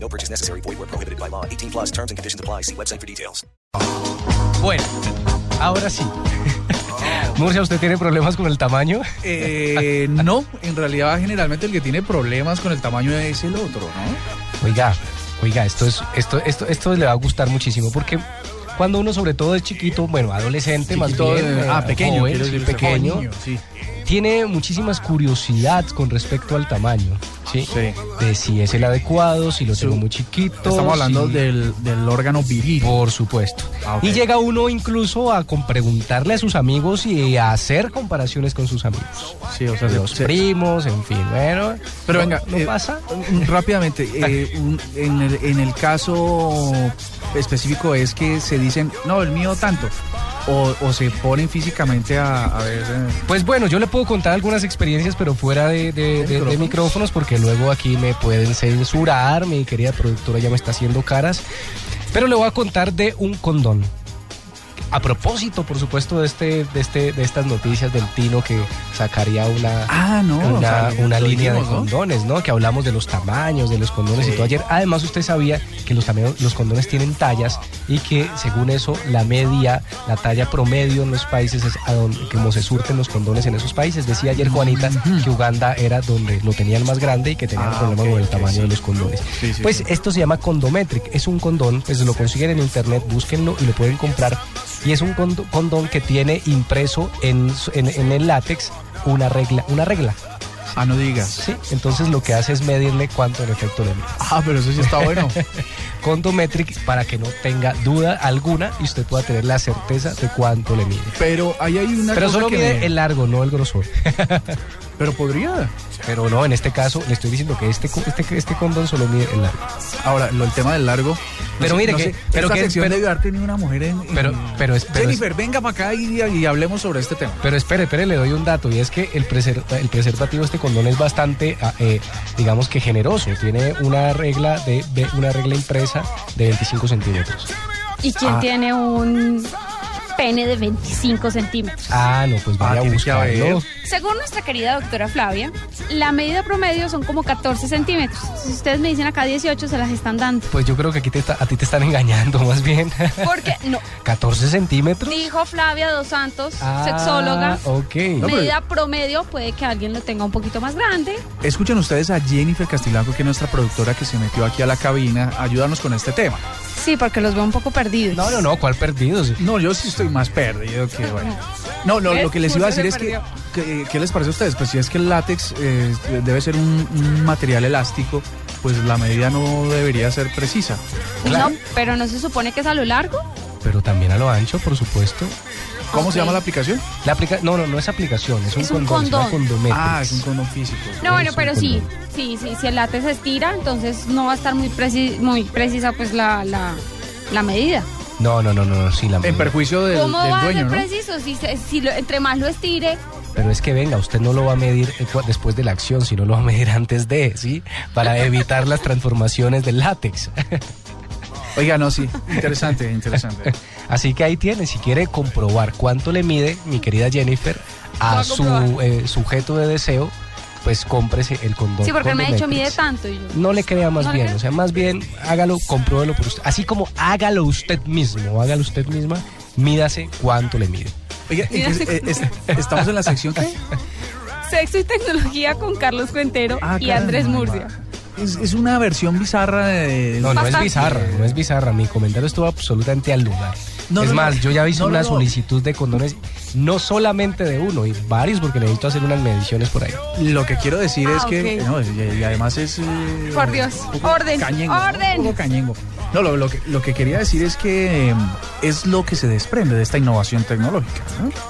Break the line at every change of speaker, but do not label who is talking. No purchase necessary. Void where prohibited by law. 18 plus terms and conditions apply. See website for details.
Bueno, ahora sí.
Oh.
Murcia, ¿usted tiene problemas con el tamaño?
Eh, no, en realidad generalmente el que tiene problemas con el tamaño es el otro, ¿no?
Oiga, oiga, esto es, esto, esto, esto le va a gustar muchísimo porque cuando uno sobre todo es chiquito, bueno, adolescente más
Chiquito,
bien,
eh,
eh,
ah, pequeño,
joven,
quiero
sí,
decir,
pequeño,
niño, sí.
tiene muchísimas curiosidades con respecto al tamaño, ¿sí?
Sí.
De si es el adecuado, si lo tengo muy chiquito.
Estamos hablando
si-
del, del órgano viril.
Por supuesto.
Ah, ok.
Y llega uno incluso a con- preguntarle a sus amigos y a hacer comparaciones con sus amigos.
Sí, o sea, se-
Los
se-
primos, en fin, bueno.
Pero
¿no-
venga,
¿no
eh,
pasa?
un- rápidamente, eh, un- en, el, en el caso específico es que se dicen, no, el mío tanto, o, o se ponen físicamente a, a ver... eh,
Pues bueno, yo le puedo contar algunas experiencias, pero fuera de, de- de- de
¿Micrófonos?
micrófonos, porque luego aquí me pueden censurar, mi querida productora ya me está haciendo caras. Pero le voy a contar de un condón. A propósito, por supuesto, de, este, de, este, de estas noticias del Tino que sacaría una,
Ah, no. o
una,
sea,
una
lo
línea de
dijimos, ¿no?
condones, ¿no? Que hablamos de los tamaños, de los condones y todo ayer. Además, usted sabía que los, tame- los condones tienen tallas y que, según eso, la media, la talla promedio en los países es a donde como se surten los condones en esos países. Decía ayer Juanita que Uganda era donde lo tenían más grande y que tenían
Ah,
problemas
ok,
con el
ok,
tamaño
sí.
de los condones.
Sí, sí,
pues
sí.
esto se llama Condometric. Es un condón, pues lo consiguen en internet, búsquenlo y lo pueden comprar. Y es un condo- condón que tiene impreso en, su- en- en el látex una regla, una regla.
Ah, no digas.
Sí, entonces lo que hace es medirle cuánto en efecto le mide.
Ah, pero eso sí está bueno.
Condometric para que no tenga duda alguna y usted pueda tener la certeza de cuánto le mide.
Pero ahí hay una
Pero
cosa
solo
que
mide
me-
el largo, no el grosor.
Pero podría.
Pero no, en este caso le estoy diciendo que este, co- este, este condón solo mide el largo.
Ahora, lo, el tema del largo. no
Pero mire que- pero
esta
que-
sección
pero-
debió haber tenido una mujer en. en-
Pero, pero, es- pero, es-
Jennifer, venga para acá y, y hablemos sobre este tema.
pero espere, espere, le doy un dato y es que el, preser- el preservativo de este condón es bastante, ah, eh, digamos que generoso. Tiene una regla de, de- una regla impresa de 25 centímetros.
¿Y quién
Ah.
tiene un pene de 25 centímetros?
Ah, no, pues vaya a
tiene que haber.
buscarlo.
Según nuestra querida doctora Flavia, la medida promedio son como 14 centímetros. Si ustedes me dicen acá 18, se las están dando.
Pues yo creo que aquí te está- a ti te están engañando más bien.
Porque, no,
14 centímetros.
dijo Flavia Dos Santos,
Ah,
sexóloga.
Ok.
pero-
Medida promedio puede que alguien lo tenga un poquito más grande.
Escuchen ustedes a Jennifer Castilanco, que es nuestra productora que se metió aquí a la cabina, a ayudarnos con este tema.
Sí, porque los veo un poco perdidos.
No, no, no, ¿cuál perdidos?
No, yo sí estoy más perdido que bueno. No, no, lo que les iba a decir es que, que- ¿qué les parece a ustedes? Pues si es que el látex eh, debe ser un, un material elástico, pues la medida no debería ser precisa.
claro.
No, pero no se supone que es a lo largo.
Pero también a lo ancho, por supuesto.
¿Cómo se
Ok.
llama la aplicación?
La aplica no, no, no es aplicación, es un
Es un
condón. se llama
condón.
condometrics.
Ah, es un condón físico.
No, bueno,
un
pero sí,
condón.
sí, sí, si el látex se estira, entonces no va a estar muy, preci- muy precisa pues la, la, la medida.
No, no, no, no, no, sí, la
En
medida.
perjuicio del,
¿Cómo
del
va a
dueño,
ser
¿no?
preciso? Si, se- si lo- entre más lo estire,
Pero es que venga, usted no lo va a medir eh, cu- después de la acción, sino lo va a medir antes de, ¿sí? Para evitar las transformaciones del látex.
Oiga, no, sí. Interesante, interesante.
Así que ahí tiene, si quiere comprobar cuánto le mide mi querida Jennifer
Voy
a
a
su
comprobar.
eh, sujeto de deseo, pues cómprese el condón.
sí, porque él me ha dicho mide
Condometrics.
tanto. Y yo,
No le crea más
No le
bien,
crea.
o sea, más bien hágalo, compruébelo por usted. Así como hágalo usted mismo, hágalo usted misma, mídase cuánto le mide.
Oiga, entonces, eh, es- estamos en la sección que...
Sexo y tecnología con Carlos Cuentero
Ah,
y
caramba.
Andrés Murcia.
Es, es una versión bizarra de... de-
No, no es
Bastante.
bizarra, no es bizarra. Mi comentario estuvo absolutamente al lugar.
No,
es
no,
más,
no.
yo ya hice
No, no,
una
no.
solicitud de condones, no solamente de uno, y varios, porque necesito hacer unas mediciones por ahí.
Lo que quiero decir
Ah,
es que...
ok.
no, y, y además es... eh,
Por Dios.
un poco
Orden,
cañengo, ¿no?
orden.
Un poco cañengo. No, lo, lo que, em, lo que quería decir es que eh, es lo que se desprende de esta innovación tecnológica, ¿no?